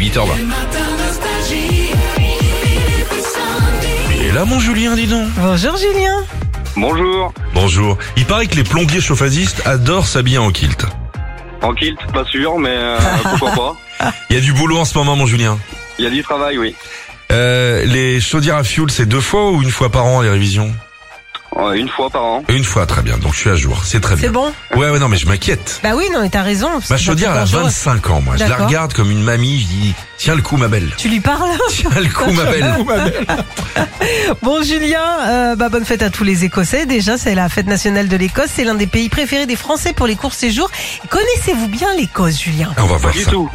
8h20. Il est là mon Julien, dis donc. Bonjour Julien. Bonjour. Bonjour. Il paraît que les plombiers chauffagistes adorent s'habiller en kilt. En kilt, pas sûr, mais euh, pourquoi pas. Il y a du boulot en ce moment mon Julien. Il y a du travail, oui. Euh, les chaudières à fioul, c'est deux fois ou une fois par an les révisions Euh, Une fois par an. Une fois, très bien. Donc je suis à jour, c'est très C'est bien. bon Ouais, ouais, non, mais je m'inquiète. Bah oui, non, mais t'as raison. parce Ma que chaudière, elle a c'est dangereux. 25 ans, moi. Je la D'accord. regarde comme une mamie, je dis, tiens le coup, ma belle. Tu lui parles Tiens le coup, ma belle. Bon Julien, euh, bah, bonne fête à tous les Écossais. Déjà, c'est la fête nationale de l'Écosse. C'est l'un des pays préférés des Français pour les courts séjours. Connaissez-vous bien l'Écosse, Julien On va voir Du ça. tout.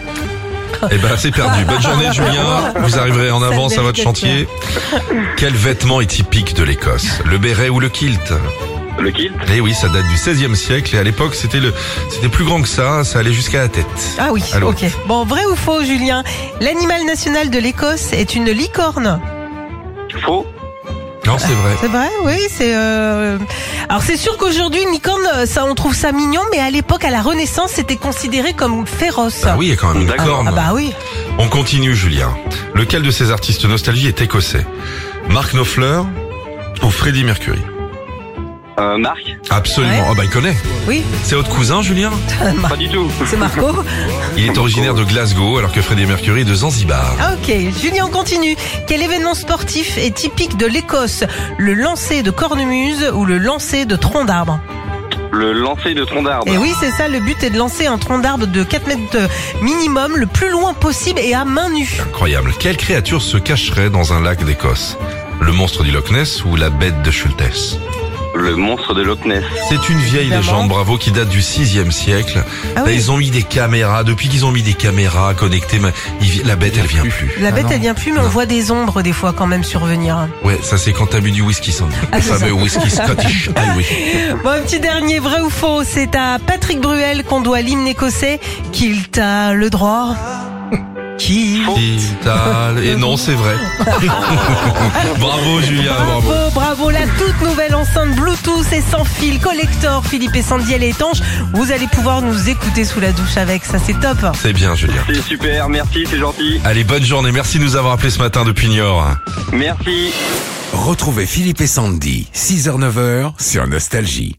Eh ben, c'est perdu. Bonne journée, Julien. Vous arriverez en Ça avance à mérite votre d'être chantier. Quel vêtement est typique de l'Écosse Le béret ou le kilt Le kilt Eh oui, ça date du 16e siècle et à l'époque, c'était le, c'était plus grand que ça. Ça allait jusqu'à la tête. Ah oui, Allô ok. Bon, vrai ou faux, Julien L'animal national de l'Écosse est une licorne. Faux Non, c'est vrai. C'est vrai, oui, c'est... euh, Alors c'est sûr qu'aujourd'hui, une licorne, euh, ça, on trouve ça mignon, mais à l'époque, à la Renaissance, c'était considéré comme féroce. Ah oui, il y a quand même une D'accord. corne. Ah bah oui. On continue, Julien. Lequel de ces artistes nostalgie est écossais Mark Knopfler ou Freddie Mercury euh, Marc Absolument. Ouais. Ah bah, il connaît. Oui, C'est votre cousin, Julien Pas du tout. c'est Marco. Il est originaire de Glasgow, alors que Freddie Mercury est de Zanzibar. Ah, ok, Julien, on continue. Quel événement sportif est typique de l'Écosse Le lancer de cornemuse ou le lancer de tronc d'arbre Le lancer de tronc d'arbre. Et oui, c'est ça, le but est de lancer un tronc d'arbre de 4 mètres euh, minimum, le plus loin possible et à main nue. Incroyable. Quelle créature se cacherait dans un lac d'Écosse Le monstre du Loch Ness ou la bête de Schultes Le monstre de Loch Ness. C'est une vieille Évidemment. légende, bravo, qui date du 6e siècle. Ah Là, oui. ils ont mis des caméras. Depuis qu'ils ont mis des caméras connectées, mais il vi- la bête, elle vient plus. La bête, elle vient plus, mais on Non. voit des ombres des fois quand même survenir. Ouais, ça c'est quand t'as bu du whisky, sans Ah, Le c'est ça. fameux whisky Scottish. Ah oui. Bon, un petit dernier, vrai ou faux C'est à Patrick Bruel qu'on doit l'hymne écossais qu'il t'a le droit. Qui Tital. Et non, c'est vrai. bravo, Julien, bravo. Bravo, bravo, la toute nouvelle enceinte Bluetooth et sans fil collector Philippe et Sandy, elle est étanche. Vous allez pouvoir nous écouter sous la douche avec, ça c'est top. C'est bien, Julien. C'est super, merci, c'est gentil. Allez, bonne journée. Merci de nous avoir appelés ce matin depuis Niort. Merci. Retrouvez Philippe et Sandy, 6h-9h sur Nostalgie.